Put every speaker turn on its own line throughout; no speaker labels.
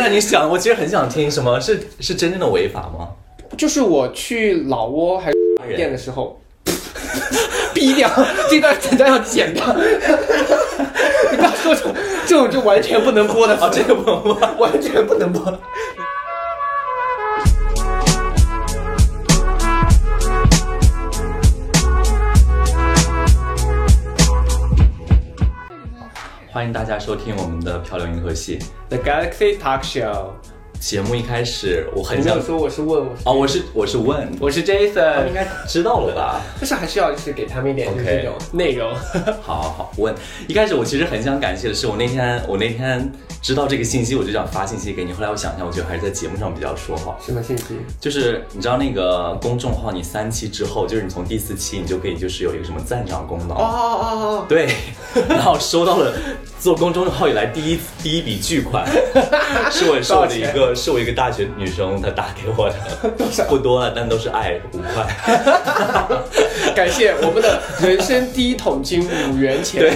哎你想，我其实很想听什么是是真正的违法吗？
就是我去老挝还是店的时候， 逼掉这段这段要剪掉。你不要说这种这种就完全不能播的，
啊，这个不能播。
完全不能播。
欢迎大家收听我们的《漂流银河系
The Galaxy Talk Show，》
节目。一开始我很
你没
想
有说我是问我是哦
哦，我是我是问，
我是
他们应
Jason，
该知道了吧？
但是还是要就是给他们一点就是
OK
这种内容。
好好好，问。一开始我其实很想感谢的是，我那天我那天知道这个信息，我就想发信息给你。后来我想一下，我觉得还是在节目上比较说好。
什么信息？
就是你知道那个公众号，你三期之后，就是你从第四期，你就可以就是有一个什么赞赏功能。
哦哦哦
对，然后收到了做公众号以来第一第一笔巨款，是我是我的一
多
个是我一个大学女生她打给我的，不多了，但都是爱五块，
哦！感谢我们的人生第一桶金五元钱，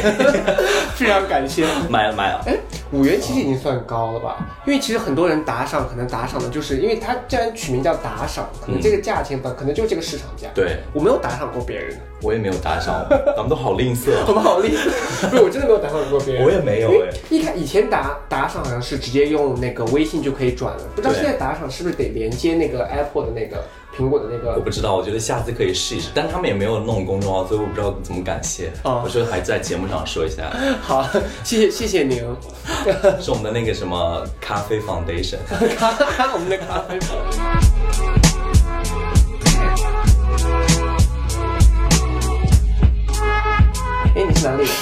非常感谢。
买了买了，
哎，五元其实已经算高了吧？因为其实很多人打赏，可能打赏的就是因为他既然取名叫打赏，可能这个价钱吧，可能就是这个市场价。，
对
我没有打赏过别人，
我也没有打赏，咱们都好吝啬，
好不好厉害？ 不是，我真的没有打赏过别人。
我也没有
因为
哎，
一开以前打打赏好像是直接用那个微信就可以转了，不知道
对
现在打赏是不是得连接那个 Apple 的那个苹果的那
我
个？
不知道，我觉得下次可以试一试，但他们也没有弄公众号，所以我不知道怎么感谢，
哦
我说还在节目上说一 下，
好，谢谢谢谢您，
是我们的那个什么咖啡 foundation，
咖我们的咖啡粉。哎，你是哪里人？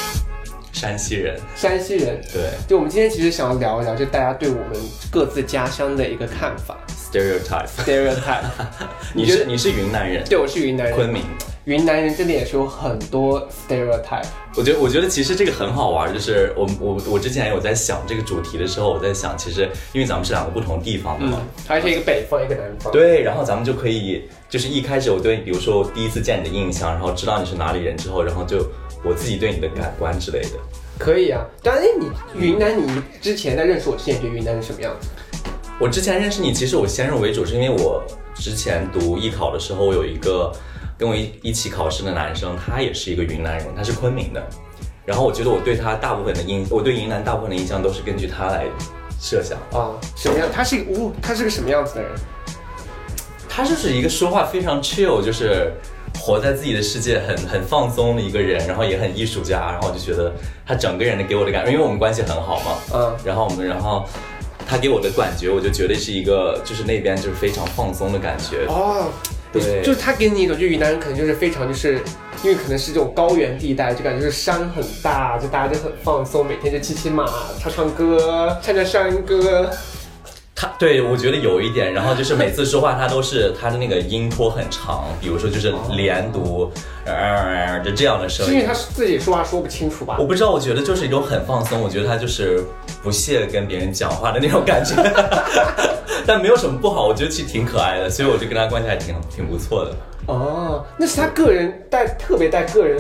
山西人，
山西人。
对
对，我们今天其实想要聊一聊，就大家对我们各自家乡的一个看法
stereotype，
stereotype。
你是你是云南人，
对，我是云南人。
昆明。
云南人真的也是有很多 stereotype，
我觉得，我觉得其实这个很好玩，就是我我我之前有在想这个主题的时候，我在想，其实因为咱们是两个不同地方的嘛，
嗯，而且一个北方，一个南
哦
方。，
对，然后咱们就可以，就是一开始我对，比如说我第一次见你的印象，然后知道你是哪里人之后，然后就我自己对你的感官之类的，
可以啊。当然，你云南，你之前在认识我之前，你觉得云南是什么样子？
我之前认识你，其实我先入为主，是因为我之前读艺考的时候，我有一个跟我一一起考试的男生，他也是一个云南人，他是昆明的。然后我觉得我对他大部分的印，我对云南大部分的印象都是根据他来设想。
啊，什么样？他是一个，哦，他是个什么样子的人？
他就是一个说话非常 chill，就是活在自己的世界很很放松的一个人，然后也很艺术家，然后我就觉得他整个人的给我的感觉，因为我们关系很好嘛，
嗯，
然后我们然后他给我的感觉，我就觉得是一个就是那边就是非常放松的感觉，
哦，
对
就是他给你一种，就云南人可能就是非常就是。因为可能是这种高原地带，就感觉就是山很大，就大家就很放松，每天就骑骑马、唱唱歌、唱唱山歌。
他对我觉得有一点，然后就是每次说话他都是他的那个音拖很长，比如说就是连读，呃就这样的声
是因
音
为。他自己说话说不清楚吧
我？不知道，我觉得就是一种很放松，我觉得他就是不屑跟别人讲话的那种感觉， 但没有什么不好，我觉得其实挺可爱的，所以我就跟他关系还挺挺不错的。
哦，那是他个人带特别带个人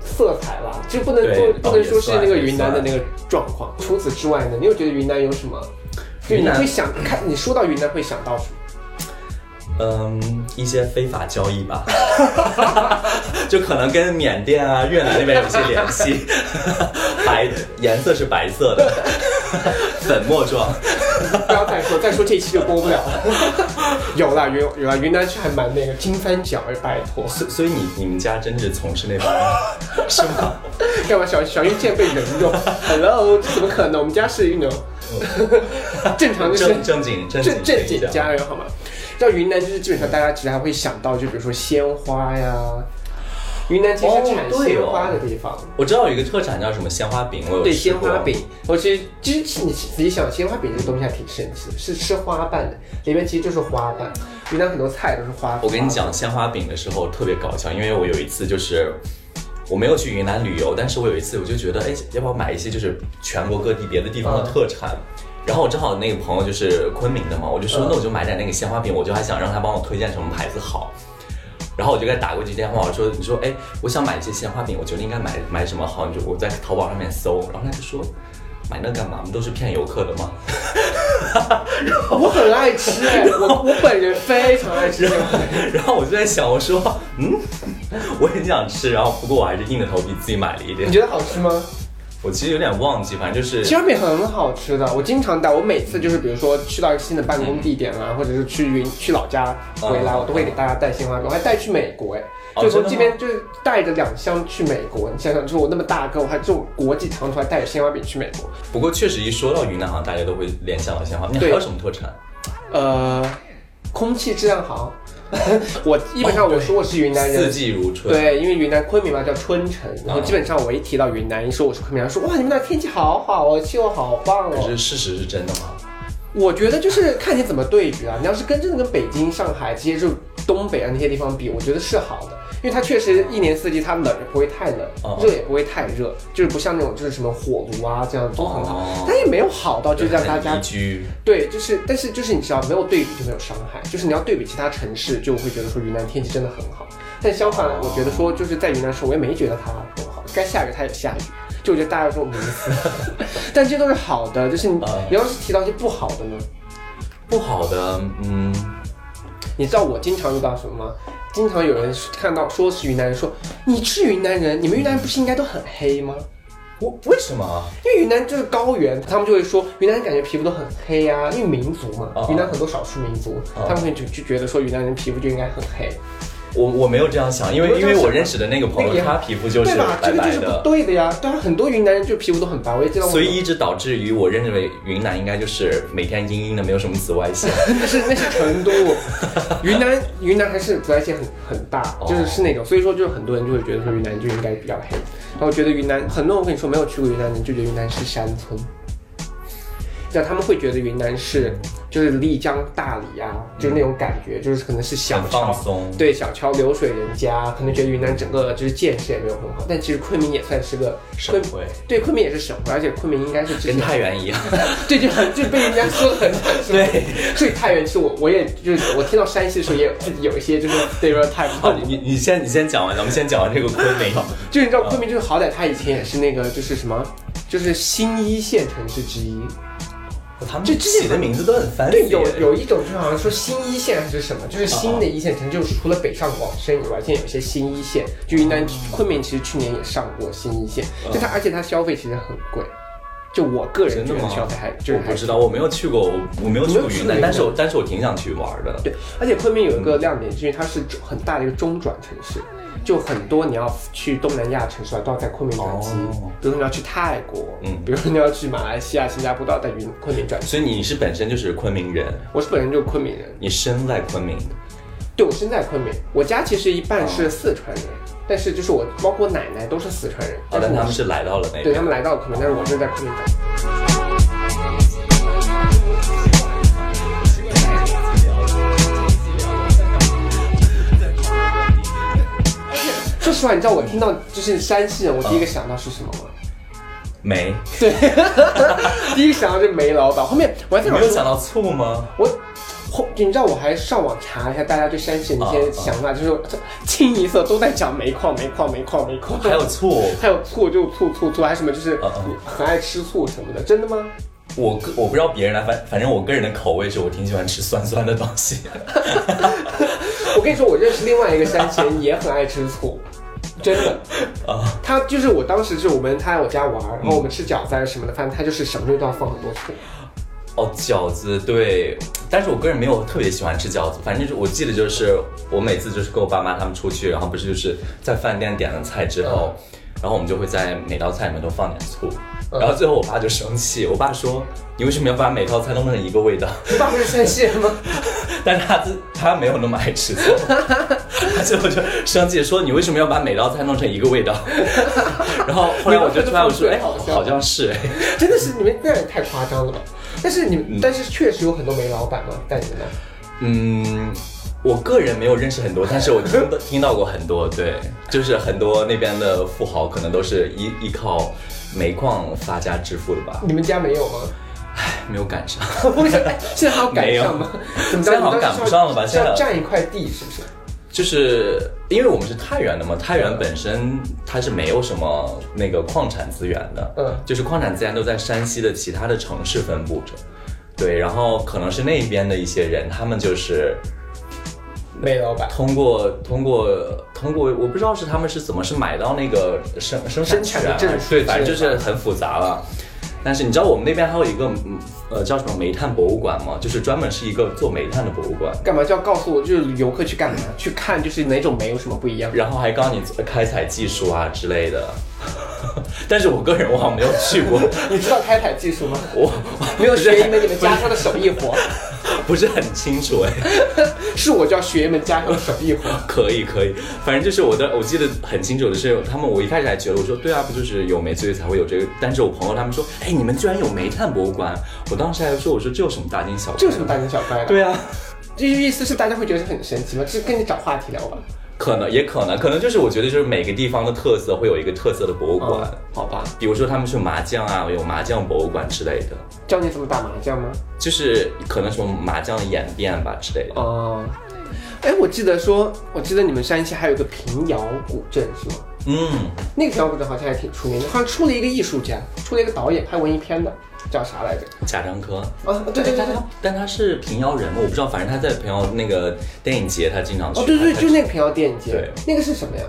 色彩啦，就不能
对
做
哦
不能说是那个云南的
也算
那个状况。除此之外呢，你又觉得云南有什么？就
云
你
南
会想看，你说到云南会想到什么？
嗯，一些非法交易吧， 就可能跟缅甸啊、越南那边有些联系， 白颜色是白色的， 粉末状。
不要再说，再说这一期就播不了 了。有啦，云有啦，云南是还蛮那个金三角，哎，拜托，
所所以你你们家真的是从事那方面，是吗？
干嘛小小云竟然被人肉？Hello，这怎么可能？我们家是 you know，正 常就是
正正经正
正
经
正经
一点
家人好吗？到云南就是基本上大家其实还会想到，就比如说鲜花呀，云南其实产
哦对
鲜
哦
花的地方，
我知道有一个特产叫什么鲜花饼，我有
对
吃
鲜
过
花饼。我其实其实你仔细想，鲜花饼这个东西还挺神奇的，是吃花瓣的，里面其实就是花瓣。云南很多菜都是花。
我跟你，讲鲜花饼的时候特别搞笑，因为我有一次就是我没有去云南旅游，但是我有一次我就觉得，哎，要不要买一些就是全国各地别的地方的特产？然后我正好那个朋友就是昆明的嘛，我就说
嗯
那我就买点那个鲜花饼，我就还想让他帮我推荐什么牌子好。然后我就给他打过去电话，我说：“你说，哎，我想买一些鲜花饼，我觉得应该买买什么好？你就我在淘宝上面搜。”然后他就说：“买那干嘛？我们都是骗游客的嘛。”
我很爱吃 哎，我我本人非常爱吃这个玩意儿。
然后我就在想，我说，嗯，我很想吃，然后不过我还是硬着头皮自己买了一点
你。觉得好吃吗？
我其实有点忘记，反正就是
其实面很好吃的，我经常带。我每次就是比如说去到一个新的办公地点啊，或者是去云去老家回来，
嗯
我都会给大家带鲜花饼，我还带去美国哎。
哦
就从
真的
这边就是带着两箱去美国，你想想，就是我那么大个，我还这种国际长途还带着鲜花饼去美国，
不过确实一说到云南，好像大家都会联想到鲜花。你还
对
有什么特产？
呃，哦空气质量好， 我基本上我说我是云南人，
四季如春。，
对，因为云南昆明嘛叫春城，然后
嗯
基本上我一提到云南，一说我是昆明人，说哇你们那天气好好哦，气候好棒
可
哦。
是事实是真的吗？
我觉得就是看你怎么对比啊，你要是跟真的跟北京、上海这些就是东北啊那些地方比，我觉得是好的，因为它确实一年四季它冷也不会太冷，
嗯
热也不会太热，就是不像那种就是什么火炉啊这样都很好，
哦
但也没有好到就让大家
宜居。
对，就是，但是就是你知道，没有对比就没有伤害。就是你要对比其他城市，就会觉得说云南天气真的很好。但相反，我觉得说就是在云南时候，我也没觉得它很好，该下雨它也下雨。就我觉得大家说迷思， 但这些都是好的。就是你，
嗯
你要是提到一些不好的呢？
不好的，嗯，
你知道我经常遇到什么吗？经常有人看到说是云南人，说你是云南人，你们云南人不是应该都很黑吗？
我为什么？
因为云南就是高原，他们就会说云南人感觉皮肤都很黑啊，因为民族嘛
哦，
云南很多少数民族，
哦
他们会就就觉得说云南人皮肤就应该很黑，
我我没有这样想，因
没
为
有
因
这样
为
想
我
吗
认识的那个朋
那个
友，
也
他皮肤就是
对吧？
白
这个就
白
是不
的，
对的呀，对啊，很多云南人就皮肤都很白，我也见到过，
所以一直导致于我认为云南应该就是每天阴阴的，没有什么紫外 线。
那是那是 成都，云南云南还是紫外线很很大，
哦
就是是那种，所以说就是很多人就会觉得说云南就应该比较黑，然后觉得云南很多人我跟你说没有去过云南人就觉得云南是山村，对啊，他们会觉得云南是就是丽江、大理啊，就是那种感觉，就是可能是小
很
桥
放松
对小桥流水人家，可能觉得云南整个就是建设也没有很好，但其实昆明也算是个
省
昆
会
对昆明也是省会，而且昆明应该是之
跟
前
太原一样，
对，就很就被人家说的很惨。是吧，所以太原是我我也就是我听到山西的时候也有自己有一些就是 stereotype，
好，哦你你你先你先讲完，咱们先讲完这个昆明。
就是你知道昆明就是好歹它以前也是那个就是什么。就是新一线城市之一，
他们
这之前
起的名字都很 fancy，
对，有有一种就是好像说新一线还是什么，就是新的一线城，就是除了北上广深以外，现在有一些新一线，就云南昆明其实去年也上过新一线，就它而且它消费其实很贵，就我个人
哦真
觉
的
得
吗
消费还就是
我
还
不知道，我没有去过，我我没有去过云南
你没有去过云，南
但是我但是我挺想去玩的。
对，而且昆明有一
嗯
个亮点，是因为它是中很大的一个中转城市，就很多你要去东南亚城市啊，都要在昆明转机。
哦
比如说你要去泰国，
嗯
比如说你要去马来西亚、新加坡，都要在云昆明转机。
所以你是本身就是昆明人，
我是本人就是昆明人，
你身在昆明，
对我生在昆明，我家其实一半
哦
是四川人，但是就是我包括奶奶都是四川人，
哦，
是
但他
我
们是来到了那
对
边
他。们来到了昆明，但是我就是在昆明长大。说实话，你知道我听到就是山西人，我第一个想到是什么吗？
没，
第一个想到是煤老板，后面我还
你
在
没有
想
想到醋吗？
我。后你知道我还上网查了一下大家对山西人的一
啊
些想法，就是清一色都在讲煤矿、煤矿、煤矿、煤矿，
还有醋，
还有醋就醋醋醋，还有什么就是
嗯嗯
很爱吃醋什么的，真的吗？
我个我不知道别人啊，反反正我个人的口味是我挺喜欢吃酸酸的东西。
我跟你说，我认识另外一个山西人也很爱吃醋，真的。
啊，
他就是我当时就是我们他来我家玩，然后我们吃饺子啊什么的，反正他就是什么东西都要放很多醋。
哦，饺子对，但是我个人没有特别喜欢吃饺子，反正就是我记得就是我每次就是跟我爸妈他们出去，然后不是就是在饭店点了菜之后，然后我们就会在每道菜里面都放点醋，
嗯
然后最后我爸就生气，我爸说你为什么要把每道菜弄成一个味道？
你爸不是山西人吗？
但是他自他没有那么爱吃醋，他最后就生气说：“你为什么要把每道菜弄成一个味道？” 然后后来我就突然我说：“哎，好像是哎。
真的是你们那也太夸张了吧？但是你们，但是确实有很多煤老板嘛，在你们那。”
嗯，我个人没有认识很多，但是我听到听到过很多，对，就是很多那边的富豪可能都是依依靠煤矿发家致富的吧，
你们家没有吗？
哎没有赶上。
为 什么？哎现在还要赶上吗？怎么着？
现在好像赶不上了吧
是要
现在
是要占一块地是不是？
就是因为我们是太原的嘛，太原本身它是没有什么那个矿产资源的，
嗯
就是矿产资源都在山西的其他的城市分布着。对，然后可能是那边的一些人，他们就是
煤老板
通过通过通过，我不知道是他们是怎么是买到那个生生产
生产
权
的
啊
证书
对，反正
之
就
类的
是很复杂了。但是你知道我们那边还有一个嗯呃叫什么煤炭博物馆吗？就是专门是一个做煤炭的博物馆，
干嘛就要告诉我，就是游客去干嘛？去看就是哪种煤有什么不一样？
然后还告诉你开采技术啊之类的。 但是我个人我好像没有去过，
你知道开采技术吗？
我
没有学一门你们家乡的手艺活，
不是很清楚哎。
是我就要学一门家乡的手艺活。
可以可以，反正就是我的，我记得很清楚的是，他们我一开始还觉得我说对啊，不就是有煤所以才会有这个，但是我朋友他们说，哎，你们居然有煤炭博物馆，我当时还说我说这有什么大惊小怪，
这有什么大惊小怪的？，
对啊，
这意思是大家会觉得很神奇吗？这是跟你找话题聊啊吧？
可能也可能可能就是我觉得就是每个地方的特色会有一个特色的博物馆，
嗯好吧，
比如说他们是麻将啊，有麻将博物馆之类的，
教你怎么打麻将吗？
就是可能什么麻将的演变吧之类的，
哦，哎，我记得说，我记得你们山西还有一个平遥古镇是吗？
嗯，
那个平遥古镇好像还挺出名的，好像出了一个艺术家，出了一个导演拍文艺片的，叫啥来着？
贾樟柯。
啊，对对对
但
对。
他但他是平遥人嘛，我不知道，反正他在平遥那个电影节，他经常去。
哦，对对，
他
就是那个平遥电影节
对，
那个是什么呀？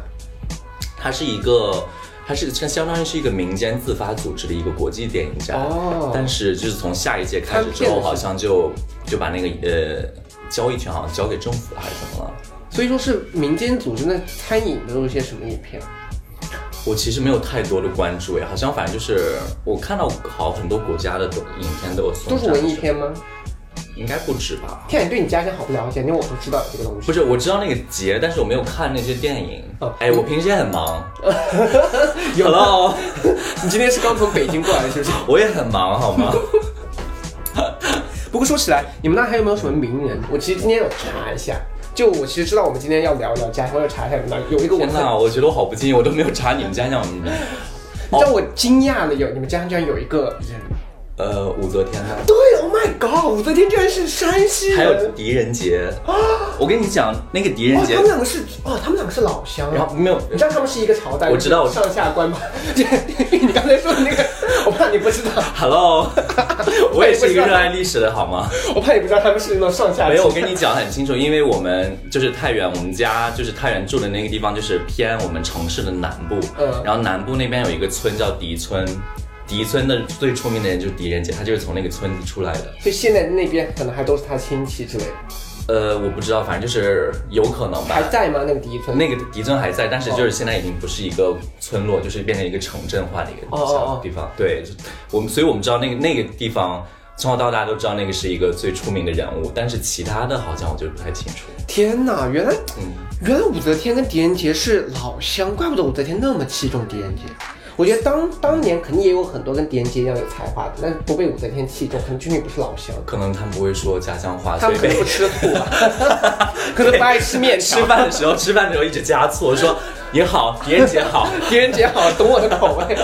它是一个，它是它相当于是一个民间自发组织的一个国际电影展。
哦
但是就是从下一届开始之
看片
后，
子
好像就就把那个呃交易权好像交给政府了还是怎么了？
所以说是民间组织那餐饮的都有一些什么影片？
我其实没有太多的关注哎，好像反正就是我看到好很多国家的影片都有送
都是
上
文艺
去，
片吗？
应该不止吧？
天啊，你对你家乡好不了解，连我都知道有这个东西
不。是，我知道那个节，但是我没有看那些电影
哦。
哎，我平时也很忙。
有
Hello，
你今天是刚从北京过来的， 是不是？
我也很忙，好吗？
不过说起来，你们那还有没有什么名人？我其实今天有查一下，就我其实知道我们今天要聊聊家乡，我有查一下你们那有一个我
天
很，
哪，我觉得我好不敬业，我都没有查你们家乡有名。
你知道我惊讶的有你们家乡居然有一个人，
呃，武则天呢？
对，Oh my God，武则天居然是山西人，
还有狄仁杰，我跟你讲，那个狄仁
哦，
杰
他们，两个是哦，他们两个是老乡，
然后没有，
你知道他们是一个朝代，
我知道我
上下关吗？ 你刚才说的那个，我怕你不知道，
Hello，我也是一个热爱历史的好吗？
我怕你不知道他们是那种上下。
没有，我跟你讲很清楚，因为我们就是太原，我们家就是太原住的那个地方，就是偏我们城市的南部。
嗯
然后南部那边有一个村叫狄村，狄村的最出名的人就是狄仁杰，他就是从那个村子出来的。
所以现在那边可能还都是他亲戚之类的，
呃，我不知道，反正就是有可能吧
还。在吗？那个第一村？
那个狄村还在，
哦
但是就是现在已经不是一个村落，就是变成一个城镇化的一个
哦哦哦
小地方。对，就我们所以我们知道那个那个地方。从小到大都知道那个是一个最出名的人物，但是其他的好像我就不太清楚。
天哪，原来、
嗯
原来武则天跟狄仁杰是老乡，怪不得武则天那么器重狄仁杰。我觉得当当年肯定也有很多跟狄仁杰一样有才华的，但是不被武则天器重，可能就因为不是老乡。
可能他们不会说家乡话，
他
所
们
以
可
被
能不 吃土 吧，可能不爱吃面 条
吃。饭的时候吃饭的时候一直加醋，说你好，狄仁杰好。
狄仁杰好懂我的口味，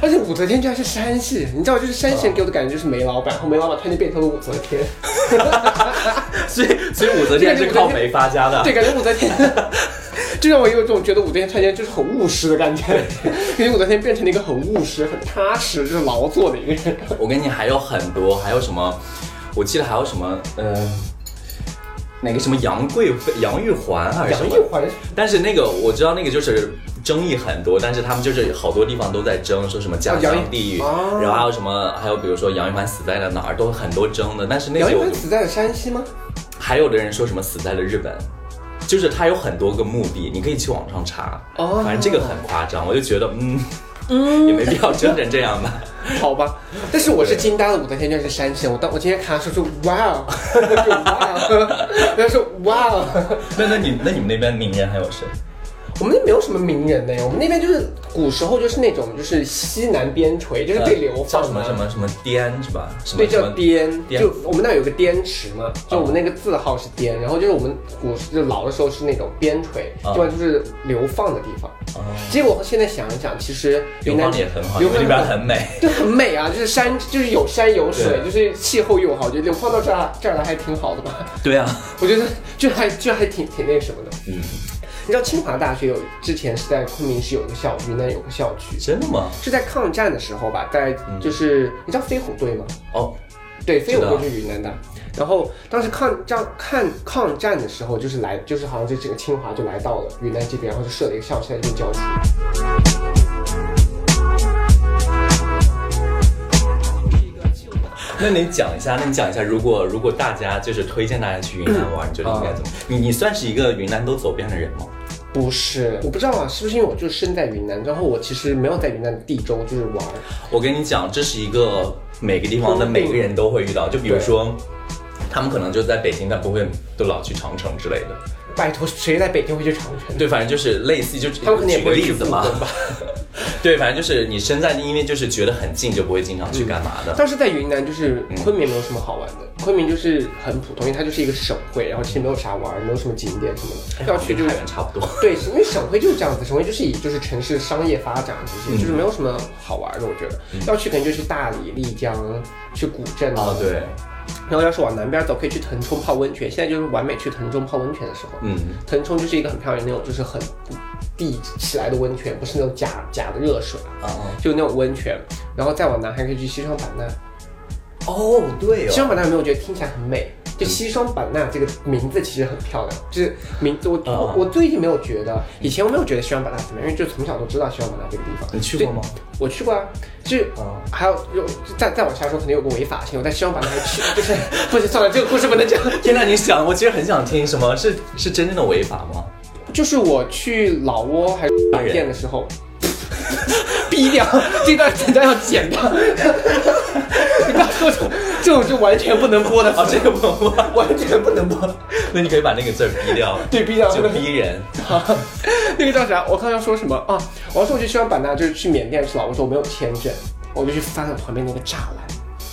而且武则天居然是山西人，你知道，就是山西人给我的感觉就是煤老板，然后煤老板突然就变成了武则天，
所以所以武则天是靠煤发家的
对，。感觉武则天就让我有一种觉得武则天突然间就是很务实的感觉， 因为武则天变成了一个很务实、很踏实、就是劳作的一个人。
我跟你还有很多，还有什么？我记得还有什么？呃，哪个什么杨贵妃、杨玉环啊还是什
杨
么？
玉环
但是那个我知道那个就是争议很多，但是他们就是好多地方都在争，说什么家乡地狱，
哦
然后还有什么，还有比如说杨玉环死在了哪儿，都很多争的。但是那
杨
些
玉
我
环
就
死在了山西吗？
还有的人说什么死在了日本。就是他有很多个目的，你可以去网上查，
哦
反正这个很夸张，我就觉得，嗯，嗯 也没必要争成这样吧。
好吧，但是我是金搭的武则天，居然是山西人。我当我今天看他说说哇哦， 我就哇哦， 然后说哇哦。
那那你那你们那边名人还有谁？
我们那没有什么名人呢，我们那边就是古时候就是那种就是西南边陲，就是被流放
呃
啊
叫
的
什么什，么什么滇是吧？什么
对，
什
叫
么哦
滇，
滇
就我们那儿有个滇池嘛，就我们那个字号是滇，然后就是我们古时就老的时候是那种边陲，
啊
基本上就是流放的地方。
哦
结果现在想一想，其实
流
云南
放也很好，你
流
们
放
那边很美。
就很美啊，就是山，就是有山有水，
对
就是气候又好，我觉得流放到这儿这儿来还挺好的吧。
对啊，
我觉得就还就还挺挺那什么的。
嗯，
你知道清华大学有之前是在昆明是有一个校，云南有个校区，
真的吗？嗯
是在抗战的时候吧，在就是、你知道飞虎队吗？
哦，
对，飞
知
我
道
都是云南的。然后当时抗战看抗战的时候，就是来，就是好像这整个清华就来到了云南这边，然后就设了一个校，现在就教书。
那你讲一下，那你讲一下，如果如果大家就是推荐大家去云南玩，你觉得应该怎么？你你算是一个云南都走遍的人吗？
不是，我不知道啊，是不是因为我就生在云南，然后我其实没有在云南的地州就是玩儿，
我跟你讲，这是一个每个地方的每个人都会遇到，就比如说。他们可能就在北京，但不会都老去长城之类的。
拜托，谁在北京会去长城？
对，反正就是类似，就
他们可能也
举
不
个
会
例
去
子
故
嘛。
宫吧。
对，反正就是你身在，因为就是觉得很近，就不会经常去干嘛的。
但是在云南，就是昆明没有什么好玩的，昆明就是很普通，因为它就是一个省会，然后其实没有啥玩儿，没有什么景点什么的，要去就
跟海。
是
南差不多。
对，因为省会就是这样子，省会就是以就是城市商业发展
嗯
这些，就是没有什么好玩儿的。我觉得要去可能就去大理、丽江，去古镇
哦，对，
然后要是往南边走，可以去腾冲泡温泉。现在就是完美去腾冲泡温泉的时候。
嗯，
腾冲就是一个很漂亮的那种，就是很地起来的温泉，不是那种假假的热水，
啊，
就那种温泉。然后再往南还可以去西双版纳，
哦，对
西
哦，
双版纳有没有觉得听起来很美？
嗯
就西双版纳这个名字其实很漂亮，就是名字我我
嗯
我最近没有觉得，以前我没有觉得西双版纳怎么样，因为就从小都知道西双版纳这个地方。
你去过吗？
我去过啊，就是
啊，
还有有再再往下说，可能有个违法性，我在西双版纳还去， 就是不行，算了，这个故事不能讲。
天呐，你想，我其实很想听什么是是真正的违法 吗？
就是我去老挝还是哪店的时候， 逼掉这段这段要剪掉， 你不要说这种这种就完全不能播的，
哦，这个不能播，
完全不能播。
那你可以把那个字儿逼 掉，
对，逼掉
就逼人。
那个叫啥？我刚要说什么啊？我要说我去西双版纳，就是去缅甸去了。我说我没有签证，我就去翻了旁边那个栅栏，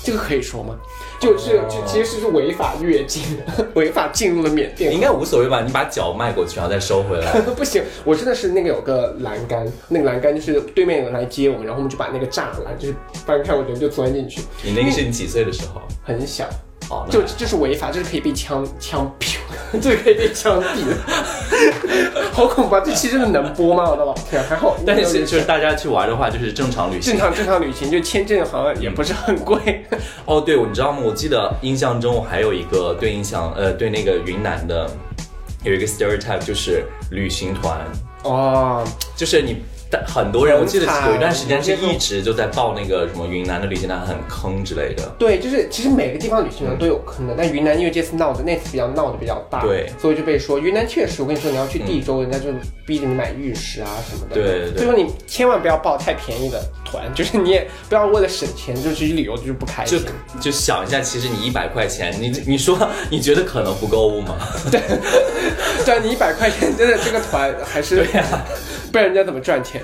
这个可以说吗？就是
哦
就其实是违法越境， 违法进入了缅
你
甸。
应该无所谓吧？你把脚迈过去，然后再收回 来。
不行，我真的是那个有个栏杆，那个栏杆就是对面有人来接我们，然后我们就把那个栅栏就是翻开，我人就钻进去，
你那个是你几岁的时候？
很小，
哦，那
就这是违法，这是可以被枪枪毙， 这是可以被枪毙的， 好恐怖！啊！这期真的能播吗？我的老天，啊还好，
但是就是大家去玩的话，就是正常旅
正
行。
常正常旅行，就签证好像也不是很贵。
哦，对，你知道吗？我记得印象中我还有一个对印象，呃，对那个云南的有一个 stereotype，就是旅行团，
哦，
就是你。但很多人，我记得有一段时间是
很惨
一直就在报那个什么云南的旅行团很坑之类的。
对，就是其实每个地方旅行团都有坑的，但云南因为这次闹的那次比较闹的比较大，
对
所以就被说云南确实，我跟你说你要去地州，人家就逼着你买玉石啊什么的，
对对对
所以说你千万不要报太便宜的团， 就是你也不要为了省钱就去旅游就是不开
就
心，
就想一下，其实你一百块钱，你你说你觉得可能不购物吗？
对啊，你一百块钱真的这个团还是，
对啊
不然人家怎么赚钱？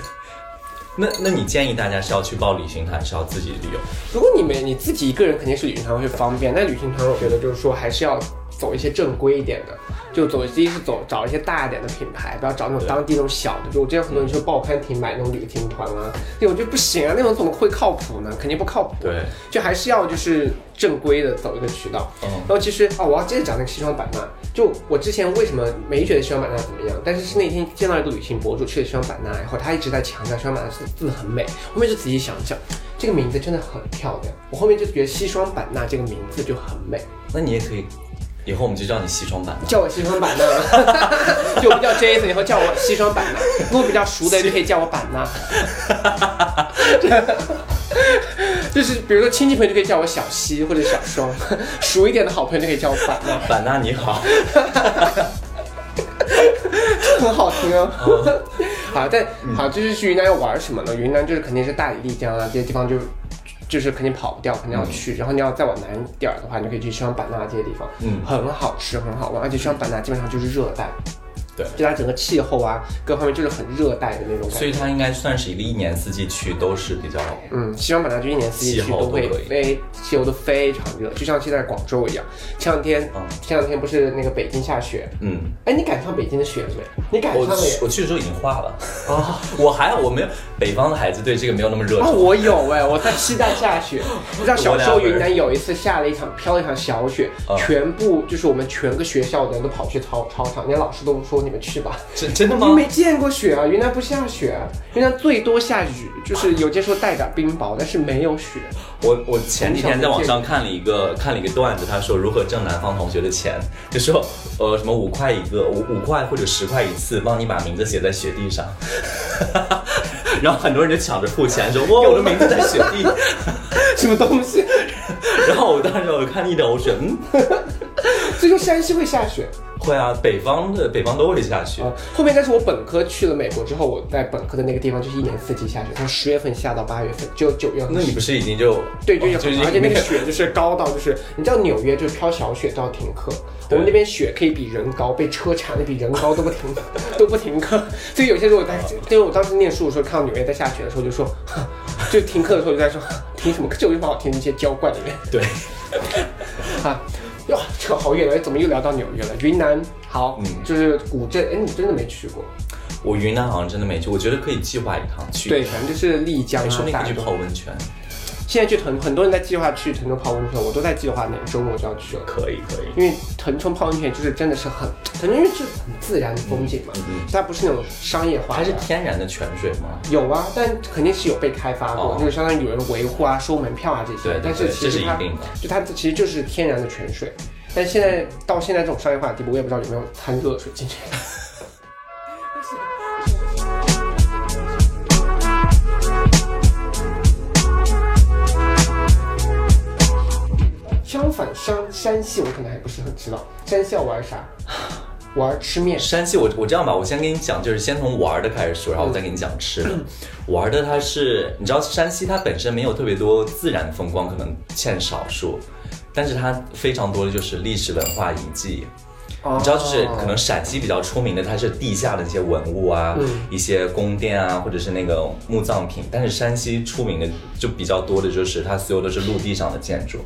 那那你建议大家是要去报旅行团，还是要自己旅游？
如果你们你自己一个人，肯定是旅行团会方便。但旅行团，我觉得就是说还是要走一些正规一点的，就走第一是走找一些大一点的品牌，不要找那种当地那种小的。就我之前很多人去报刊亭买那种旅行团啊，那种就不行啊，那种怎么会靠谱呢？肯定不靠谱。
对，
就还是要就是正规的走一个渠道。
嗯
然后其实啊、我要接着讲那个西双版纳。就我之前为什么没觉得西双版纳怎么样，但是是那天见到一个旅行博主去了西双版纳以嗯后，他一直在强调西双版纳是字很美。后面就仔细想想，这个名字真的很漂亮。我后面就觉得西双版纳这个名字就很美，
那你也可以，以后我们就叫你西双版纳。
叫我西双版纳，就不叫 Jason，以后叫我西双版纳。如果比较熟的就可以叫我版纳。 就是比如说亲戚朋友就可以叫我小西或者小双，熟一点的好朋友就可以叫我版纳，
版纳你 好，
很好听哦。好，但
嗯
好就是去云南要玩什么呢？云南就是肯定是大理、丽江啊这些地方就。就是肯定跑不掉，肯定要去。然后你要再往南点儿的话，你就可以去西双版纳这些地方，
嗯
很好吃，很好玩。而且西双版纳基本上就是热带，
对
就它整个气候啊，各方面就是很热带的那种感
所
觉。
以它应该算是一个一年四季去都是比较
嗯，西双版纳就一年四季
气
去
候
都会
都可以
非气候都非常热，就像现在广州一样。前两天，
嗯
前两天不是那个北京下雪，
嗯。
哎，你赶上北京的雪了没？你赶
我
上了耶
去！我去的时候已经化了，
啊
我还好，我没有北方的孩子对这个没有那么热
啊，
衷。
我有哎、我在西藏 下雪。你知道小时候云南有一次下了一场飘了一场小雪，
嗯
全部就是我们全个学校的人都跑去操操场，人家老师都说你们去吧。
真 真的
你
吗？
没见过雪啊？云南不下雪啊，云南最多下雨，就是有些时候带点冰雹，但是没有雪。
我我前几天在网上看了一个看了一个段子，他说如何挣南方同学的钱，就说呃什么五块一个，五五块或者十块一次，帮你把名字写在雪地上， 然后很多人就抢着付钱，说哇我的名字在雪地，
什么东西？
然后我当时我看一头，我说嗯
所以说山西会下雪
会啊，北方的北方都会下雪
啊，。后面但是我本科去了美国之后，我在本科的那个地方就是一年四季下雪，从十月份下到八月份，就九月份。
那你不是已经就
对，就
哦
是
就已经
而且那个雪就是高到，就是你知道纽约就是飘小雪都要停课，我们那边雪可以比人高，被车铲的比人高都不停 都不停课，所以有些时候我在，就是我当时念书的时候看到纽约在下雪的时候，就说， 哼就停课的时候就在说，哼停什么课，这有什么好停？一些娇惯的人
对，
啊，哟，扯好远了，怎么又聊到纽约了？云南好，就是古镇，哎，你真的没去过？
我云南好像真的没去，我觉得可以计划一趟去。
对，，反正就是丽江
哎说
啊
不，定
大
可以去
东
泡温泉，
现在去腾，很多人在计划去腾冲泡温泉，我都在计划哪个周末就要去了。
可以可以。
因为腾冲泡温泉就是真的是很，腾冲因为是很自然的风
嗯
景嘛，它不是那种商业化
它
的
是。天然的泉水吗？
有啊，但肯定是有被开发过，
哦
就是相当于有人维护啊、收门票啊这些。
对对
但是
对
其
这
实
是一
它
定的
就它其实就是天然的泉水，但现在到现在这种商业化的地步，我也不知道有没有掺热水进去。相反，山山西我可能还不是很知道，山西要玩啥？玩吃面。
山西，我我这样吧，我先跟你讲，就是先从玩的开始说，然后我再给你讲吃的。 玩的它是，你知道山西它本身没有特别多自然风光，可能欠少数，但是它非常多的就是历史文化遗迹。
哦
你知道，就是可能陕西比较出名的，它是地下的一些文物啊，一些宫殿啊，或者是那个墓葬品。但是山西出名的就比较多的，就是它所有都是陆地上的建筑。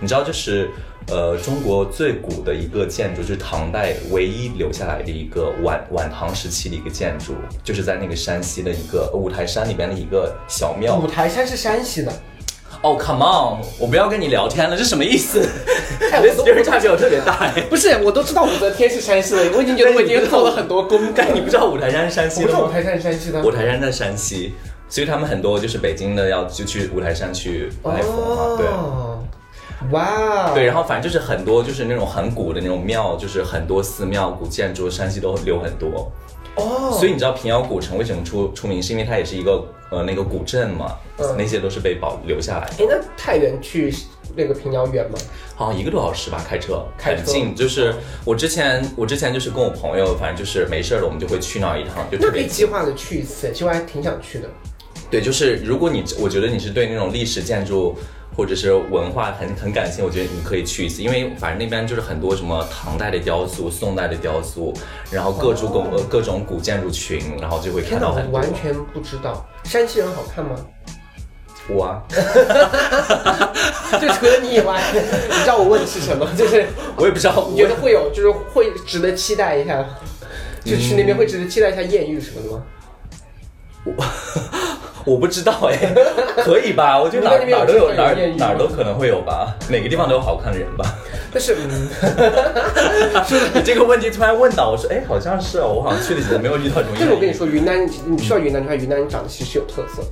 你知道，就是呃，中国最古的一个建筑，就是唐代唯一留下来的一个晚晚唐时期的一个建筑，就是在那个山西的一个五台山里边的一个小庙
五。台山是山西的。
哦、c o m e on，我不要跟你聊天了，这什么意思？
哎
你
我
的
都
s 差距有特别大哎。
不是，我都知道武则天是山西的，我已经觉得我已经做了很多功课。
但你不知道五台山是山西
我不
的吗
知道？五台山是山西的
五。台山在山西，所以他们很多就是北京的要就去五台山去拜佛嘛，对。
哦，哇，
对，，然后反正就是很多就是那种很古的那种庙，就是很多寺庙、古建筑，山西都留很多。
哦，
所以你知道平遥古城为什么出出名，是因为它也是一个呃那个古镇嘛，
嗯
那些都是被保留下来的。
哎，那太原去那个平遥远吗？
好像一个多小时吧，开车
开车
很近。就是我之前我之前就是跟我朋友，反正就是没事儿了，我们就会去那儿一趟，就
那
特
可
别
以计划的去一次，其实我还挺想去的。
对，就是如果你我觉得你是对那种历史建筑或者是文化很很感兴趣，我觉得你可以去一次，因为反正那边就是很多什么唐代的雕塑、宋代的雕塑，然后各种古、呃各种古建筑群，然后就会
哦天
看
哪，
到
我
很多。
完全不知道山西人好看吗？
我啊，
就除了你以外，你知道我问的是什 么？就是
我也不知道，
你觉
我
得会有，就是会值得期待一下，就去那边会值得期待一下艳遇什么的吗？
我不知道哎，可以吧？我觉得哪
你
儿哪
们那边有
儿都有
这
哪
种
儿
艳遇吗
哪儿都可能会有吧，每个地方都有好看的人吧。
但是，嗯，
你这个问题突然问到，我说哎，好像是哦，我好像去了几次没有遇到这种。
但是我跟你，说，云南，你你去到云南的话，云南人长得其实是有特色的。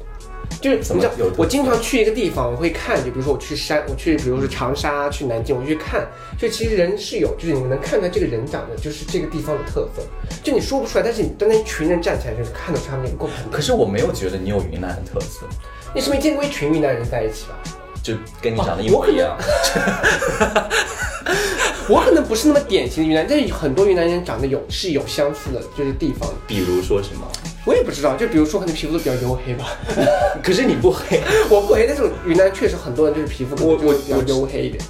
就是
怎
你
么
知道
有特，色
我经常去一个地方，我会看，就比如说我去山，我去，比如说长沙、去南京，我去看，就其实人是有，就是你能看出来这个人长得就是这个地方的特色，就你说不出来，但是你当那一群人站起来，就是看得出他们那个共同
可
点。
是我没有觉得你有云南的特色，
你是没见过一群云南人在一起吧？
就跟
哦
你长得一模一样。
我可能不是那么典型的云南，但是很多云南人长得有是有相似的，就是地方。
比如说什 么？
我也不知道，就比如说可能皮肤都比较黝黑吧，
可是你不黑
我不黑，但是云南确实很多人就是皮肤可能
我
就
我
是比较黝黑一点，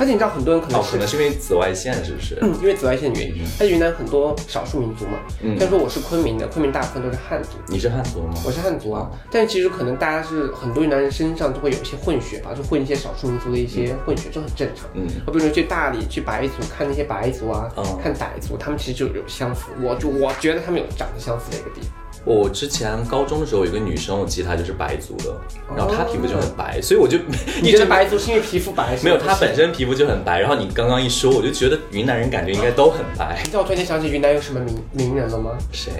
而且你知道很多人可能
哦，
是嗯
可能是因为紫外线，是不是？
因为紫外线的原因，但云南很多少数民族嘛，
嗯
但是我是昆明的，昆明大部分都是汉族，
你是汉族吗？
我是汉族
哦
啊，但其实可能大家是很多云南人身上都会有一些混血吧，就混一些少数民族的一些混血，这很正常。
嗯
我比如说去大理去白族看那些白族啊，
哦
看傣族，他们其实就有相符，我就我觉得他们有长得相似的一个地方。
我之前高中的时候有一个女生，我记得她就是白族的，然后她皮肤就很白，所以我就
你
一
觉
直
得白族是因为皮肤白？
没有她
他
本身皮肤就很白。然后你刚刚一说，我就觉得云南人感觉应该都很白。
你知道我突然间想起云南有什么名名人了吗？
谁？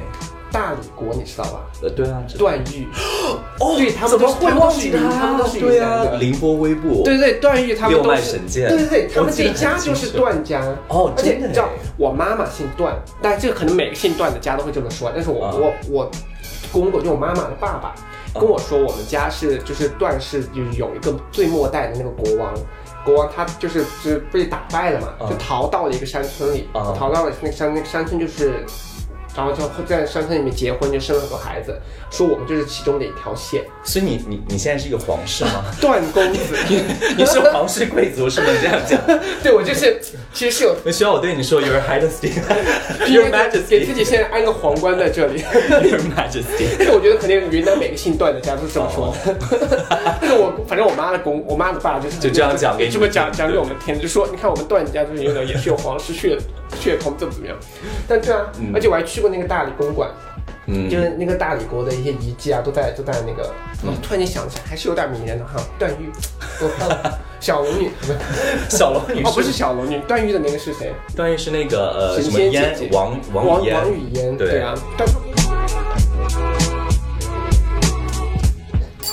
大理国，你知道吧？
呃，对啊，这
段誉，
哦
对他
怎
们都
么
是
会
他们都
忘
是
记
云
他？
他们都是云
对
南
啊，
的
凌波微步，
对对，段誉他们
六
都
脉
是
神剑，
对对对，他
我
们
记
这
得
一家
很清
就是
楚。
段家
哦
而且
真的
你知道
耶
我妈妈姓段，但这个可能每个姓段的家都会这么说，但是我、
啊
我我公公就我妈妈的爸爸跟我说，我们家是就是段氏就有一个最末代的那个国王。国王他就是就是被打败了嘛，
啊
就逃到了一个山村里，
啊
逃到了那个山那个山村就是，然后就在山村里面结婚，就生了很多孩子。说我们就是其中的一条线，
所以你你你现在是一个皇室吗？
段公子，
你是皇室贵族是吗？你这样 讲，
对我就是其实 是有
那需要我对你说 Your Highness，Your
给自
Majesty，Your
己先安个皇冠在这里。
Majesty。
但是我觉得肯定云南每个姓段的家都是这么
哦
说的。 但是我反正我妈的公，我妈的爸就是
就这样讲给你
这么讲
听
讲给我们听，就说你看我们段家就是有点也是有皇室血血统怎么怎么样。但对啊，
嗯
而且我还去过那个大理公馆，
嗯，
就是那个大理国的一些遗迹啊，都在都在那个。我突然间想起来，还是有点迷人的啊哈，段誉， 我看了小龙女，不是
小龙女
哦，不是小龙女，段誉的那个是谁？
段誉是那个呃什
神
么
仙
嫣
姐姐
王
王
语嫣，
王语嫣，
对
对啊，但是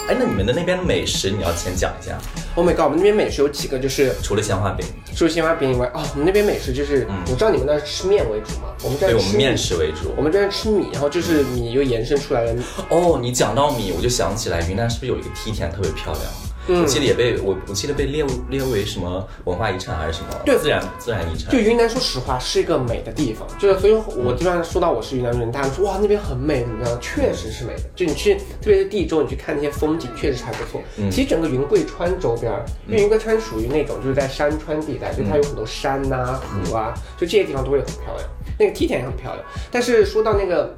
哎，那你们的那边的美食你要先讲一下，
Oh my god，我们那边美食有几个就是
除了鲜花饼，
除了鲜花饼以外，哦，我们那边美食就是，
嗯
你知道你们那儿吃面为主吗？我们这
对
儿
我
吃
们面，食为主
我。们这儿吃米，然后就是米又延伸出来了。
哦，你讲到米，我就想起来云南是不是有一个梯田特别漂亮？
嗯
我记得也被我我记得被列入列为什么文化遗产还是什么？
对
自然自然遗产
就。云南，说实话是一个美的地方，就是
嗯
所以我基本上说到我是云南人，大家说哇那边很美，怎么样？确实是美的。就你去，特别是地州，你去看那些风景，确实是还不错。
嗯
其实整个云贵川周边儿，因为云贵川属于那种就是在山川地带，
嗯
就它有很多山呐、湖啊，就这些地方都会很漂亮。那个梯田也很漂亮，但是说到那个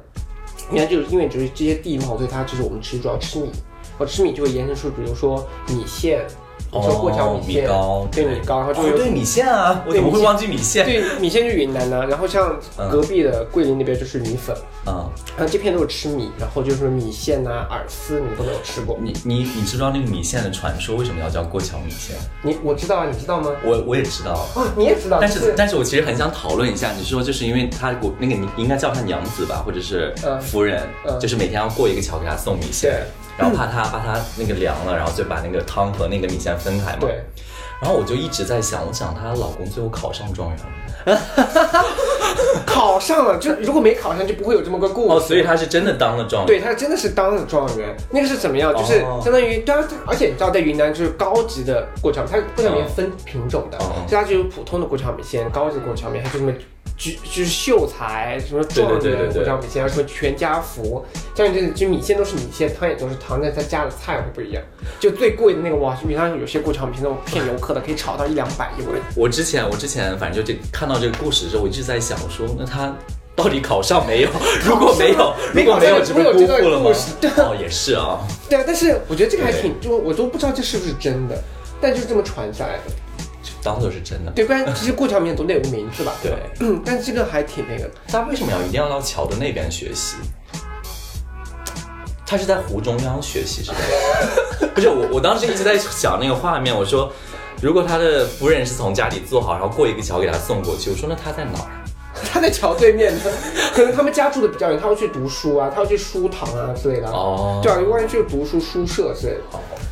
原来就是因为就是这些地貌，所以它就是我们吃主要吃米，我吃米就会延伸出，比如说米线，你说过桥
哦，米
线，
糕，
对米糕，然后就
哦
有、
对米线啊，我
对
怎么
米
会
线
忘记米线？啊
对，米线就是云南的，然后像
嗯
隔壁的桂林那边就是米粉，
啊，
然后这片都是吃米，然后就是米线呐、饵丝，你们都没有吃过。
你你你知道那个米线的传说为什么要叫过桥米线？
你我知道啊，你知道吗？
我我也知道，
啊，你也知道，
但
就是
但是我其实很想讨论一下，你说就是因为他我那个你应该叫他娘子吧，或者是
嗯
夫人，
嗯
就是每天要过一个桥给他送米线，然后怕他怕他那个凉了，然后就把那个汤和那个米线分开嘛。
对。
然后我就一直在想，我想她老公最后考上状元了，
考上了，就如果没考上，就不会有这么个故事。
哦，所以他是真的当了状元。
对他真的是当了状元，那个是怎么样？就是
哦
相当于，当然，而且你知道，在云南就是高级的过桥米，它过桥米
嗯
分品种的，
嗯
所以它就有普通的过桥米线、高级的过桥米，还有什么举就是秀才、什么状
对对对
元
对对
过桥米线，啊还有什么全家福，这样就是就米线都是米线，汤也都是汤，但是它加的菜会不一样。就最贵的那个哇，云南有些过桥米线那种骗游客的，可以炒到一两百一位。
我之前我之前反正就这看到这个故事之后，我一直在想，我说那他到底考上 没有？如果没有，如果没有，这不是辜负了吗
没有这段故事？对
哦，也是啊。
对啊，但是我觉得这个还挺，就我都不知道这是不是真的，但就是这么传下来的。
当做是真的。
对，不然其实过桥米线总得有个名字吧？
对，
嗯，但这个还挺那个的。
他为什么要一定要到桥的那边学习？他是在湖中央学习是吧？ 不是我，我当时一直在想那个画面，我说，如果他的夫人是从家里坐好，然后过一个桥给他送过去，我说那他在哪儿？
他在桥对面的，可能他们家住的比较远，他要去读书啊，他要去书堂啊之类的。
哦
对啊，一般去读书书社之类的。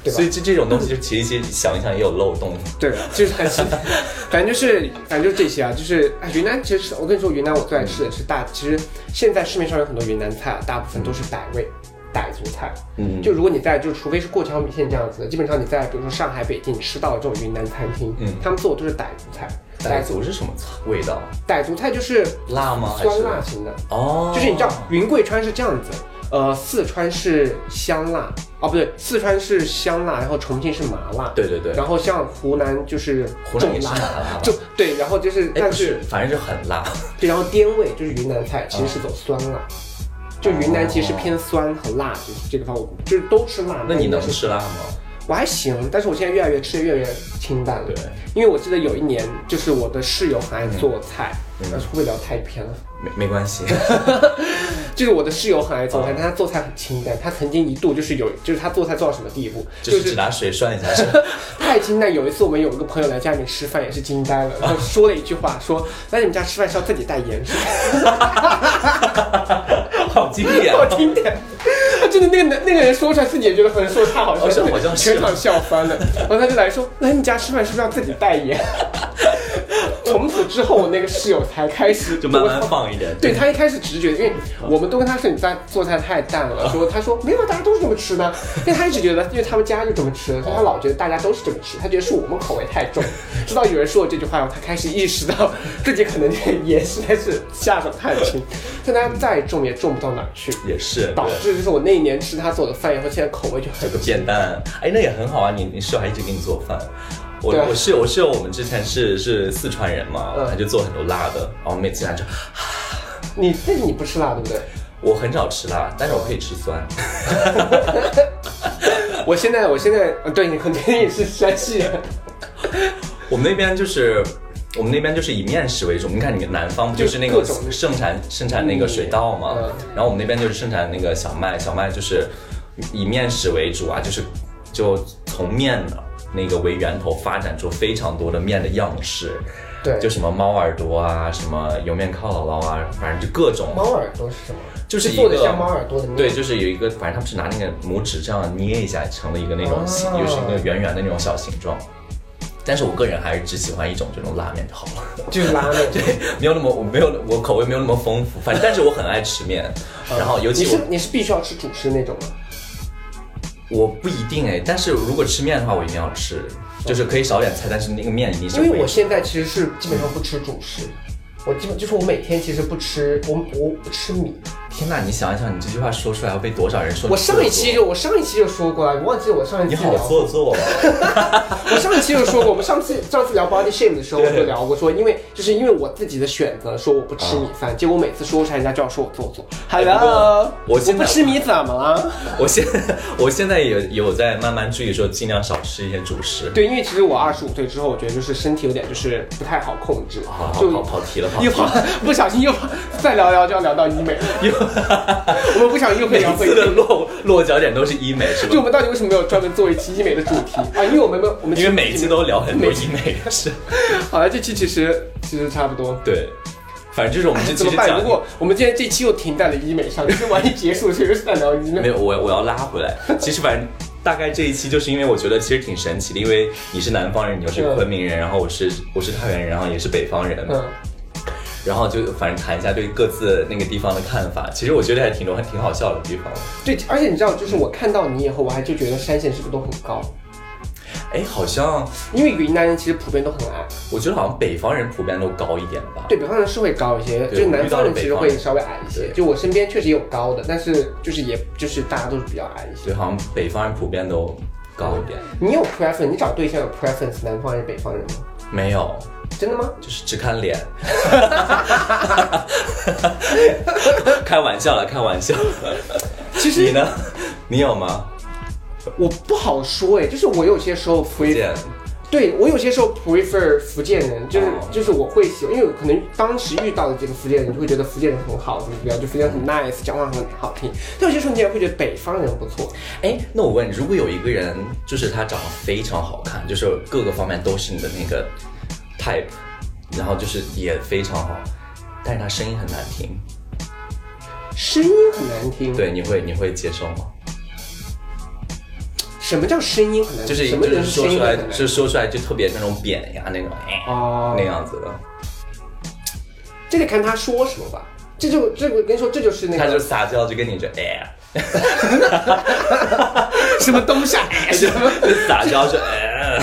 对吧
所以这这种东西，就其实其实想一想也有漏洞。
对啊， 就是还是，反正就是反正就是这些啊，就是哎云南其实我跟你说，云南我最爱吃的是大，其实现在市面上有很多云南菜啊，大部分都是傣味。傣族菜，
嗯
就如果你在就除非是过桥米线这样子的，基本上你在比如说上海、北京吃到的这种云南餐厅，
嗯
他们做的都是傣族菜。
傣
傣
族是什么味道？
傣族菜就是
辣吗？还是
酸辣？型的，
哦，
就是你知道云贵川是这样子，呃，四川是香辣，哦不对，四川是香辣，然后重庆是麻辣，
对对对
然后像湖南就是
湖南也是
重辣
麻，辣吧
就对，然后就是
哎，
但
不
是
是，反正是很 辣。
对，然后滇味就是云南菜，其实是走酸辣。就云南其实
哦
偏酸和辣，就是这个方面，就是都吃辣。
那你能
但是
吃辣吗？
我还行，但是我现在越来越吃的越来越清淡了。
对，
因为我记得有一年，就是我的室友很爱做菜，
嗯嗯
但是会不会聊太偏了？
没没关 系。
就是我的室友很爱做菜，
嗯
但他做菜很清淡。他曾经一度就是有，就是他做菜做到什么地步，
就
就是
只
是
拿水涮一下是吧？
太清淡。有一次我们有一个朋友来家里面吃饭，也是惊呆了，然后说了一句话，说来你们家吃饭是要自己带盐水。
好经典
好经典。真的，那个男那个人说出来自己也觉得很说他好
好
笑，
像好像是
全场笑翻了。然后他就来说：“来你家吃饭是不是要自己代言？” 从此之后，我那个室友才开始
就慢慢放一点。
对他一开始直觉，因为我们都跟他说你在做菜太淡了，说他说没有，啊大家都是这么吃 的，因为他一直觉得，因为他们家就这么吃，所以他老觉得大家都是这么吃，他觉得是我们口味太 重。直到有人说我这句话，然后他开始意识到自己可能这个盐实在是下手太轻，但他再重也重不到哪儿去，
也是
导
对
致就是我那一年吃他做的饭以后，现在口味就很重。
简单，哎，那也很好啊。你你室友还一直给你做饭。我
对啊
我室友我室友我们之前是是四川人嘛，
嗯
他就做很多辣的，然后每次来就，
你但是你不吃辣，对不对？
我很少吃辣，但是我可以吃酸。
我现在我现在呃对你肯定也是山西人，
我们那边就是我们那边就是以面食为主，你看你南方不就是那
各
个
种的
盛产盛产那个水稻嘛
嗯，
然后我们那边就是盛产那个小麦，小麦就是以面食为主啊，就是就从面的那个为源头发展出非常多的面的样式。
对，
就什么猫耳朵啊，什么油面靠姥姥啊，反正就各种，
猫耳朵是什么？
就是一
做的
个
像猫耳朵的面
对，就是有一个，反正他们是拿那个拇指这样捏一下，成了一个那种形，
啊
就是那个圆圆的那种小形状。但是我个人还是只喜欢一种这种拉面就好了，
就是拉 面。
没有那么我没有我口味没有那么丰富，反正但是我很爱吃面，然后尤
嗯你
其
是你是必须要吃主食那种吗？
我我不一定哎，但是如果吃面的话我一定要吃，就是可以少点菜，但是那个面一定是
因为我
会
现在其实是基本上不吃主食，我基本就是我每天其实不吃，我我不吃米。
天呐，你想一想，你这句话说出来要被多少人说你
我上一期
做作
就我上一期就说过了，啊你忘记我上
你
一期
好
聊？
做作啊，
我上一期就说过，我们上次上次聊 body shame 的时候，我
对
就聊过说，因为就是因为我自己的选择，说我不
啊
吃米饭，结果每次说出来人家就要说我做作。Hello，
哎我现在
不吃米怎么了？
我现我现在也有在慢慢注意说，尽量少吃一些主食。
对，因为其实我二十五岁之后，我觉得就是身体有点就是不太好控制，
好啊好
就
好跑题了，跑
一
题
会儿不小心又再聊聊就要聊到医美了，
又
我们不小心又可以聊
每
回
次的落落脚点都是医美，是
就
吧？
我们到底为什么没有专门做一期医美的主题啊？因为我们没有，我们
因为每一期都聊很多医美的事。
好了，这期其实其实差不多。
对，反正就是我们这
哎
期
怎么
是
办？如
讲。
果我们今天这期又停在了医美上，就是万一结束的时候又是在聊医
没
美，
有，我我要拉回 来。其实反正大概这一期，就是因为我觉得其实挺神奇的，因为你是南方人，你又是
嗯
昆明人，然后我是我是太原人，然后也是北方人，
嗯，
然后就反正谈一下对各自那个地方的看法。其实我觉得还挺多，还挺好笑的地方。
对，而且你知道，就是我看到你以后，我还就觉得山线是不是都很高？
哎，好像
因为云南人其实普遍都很矮，
我觉得好像北方人普遍都高一点吧。
对，北方人是会高一些，
对
就
我
南
遇到
方
了
人
北
其实
方
会
人
稍微矮一些。
对
就我身边确实也有高的，但是就是也就是大家都是比较矮一些。
对，好像北方人普遍都高一点。
你有 preference？你找对象有 preference 南方人北方人吗？
没有，
真的吗？
就是只看 脸。开玩笑了，开玩笑。
其实
你呢？你有吗？
我不好说哎，就是我有些时候
不
prefer，对我有些时候 prefer 福建人，就是、
哦
就是我会喜欢，因为可能当时遇到的这个福建人，就会觉得福建人很好，怎么怎么样，就福建人很 nice，讲话很好听。但有些时候你也会觉得北方人不错，
哎，那我问，如果有一个人，就是他长得非常好看，就是各个方面都是你的那个 type，然后就是也非常好，但是他声音很难听，
声音很难听。，
对，你会你会接受吗？
什么叫声音很难
就
听？
是
什
就
么人
是说
声音
出来，
会很难
就是
听？
说出来就特别那种扁呀那种，哎
哦
那样子的，
这得看他说什么吧。这就这个跟你说，这就是那
他就
个
撒娇就跟你这哎 呀。
什么 东西啊，哎什么？
撒娇是哎，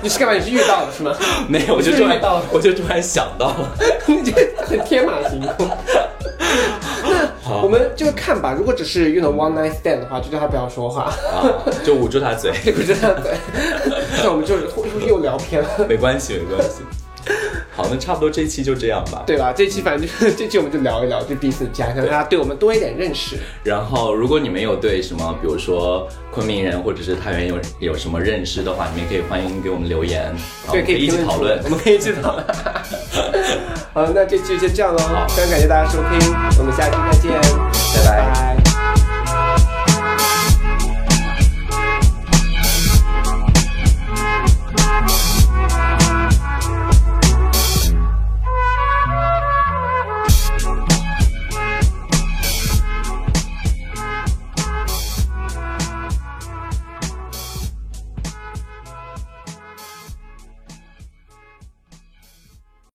你是干嘛？你是遇到了是吗？
没有，我就突
你是遇
然
到了，
我就突然想到了，
你这很天马行空。 那我们就看吧，如果只是 you know one night stand 的话，就叫他不要说话，
啊，就捂住他嘴，
这个真的对。那我们就是又又聊偏了，
没关系，没关系。好，那差不多这一期就这样吧。
对吧？这期反正就是这期我们就聊一聊，就彼此的家乡，让大家对我们多一点认识。
然后，如果你们有对什么，比如说昆明人或者是太原有有什么认识的话，你们可以欢迎给我们留言，然后我
对，
们
可
可
以
以一起讨论
评论出来我。们可以一起 讨论。好，那这期就先这样喽，非常感谢大家收听，我们下期再见，
拜拜
拜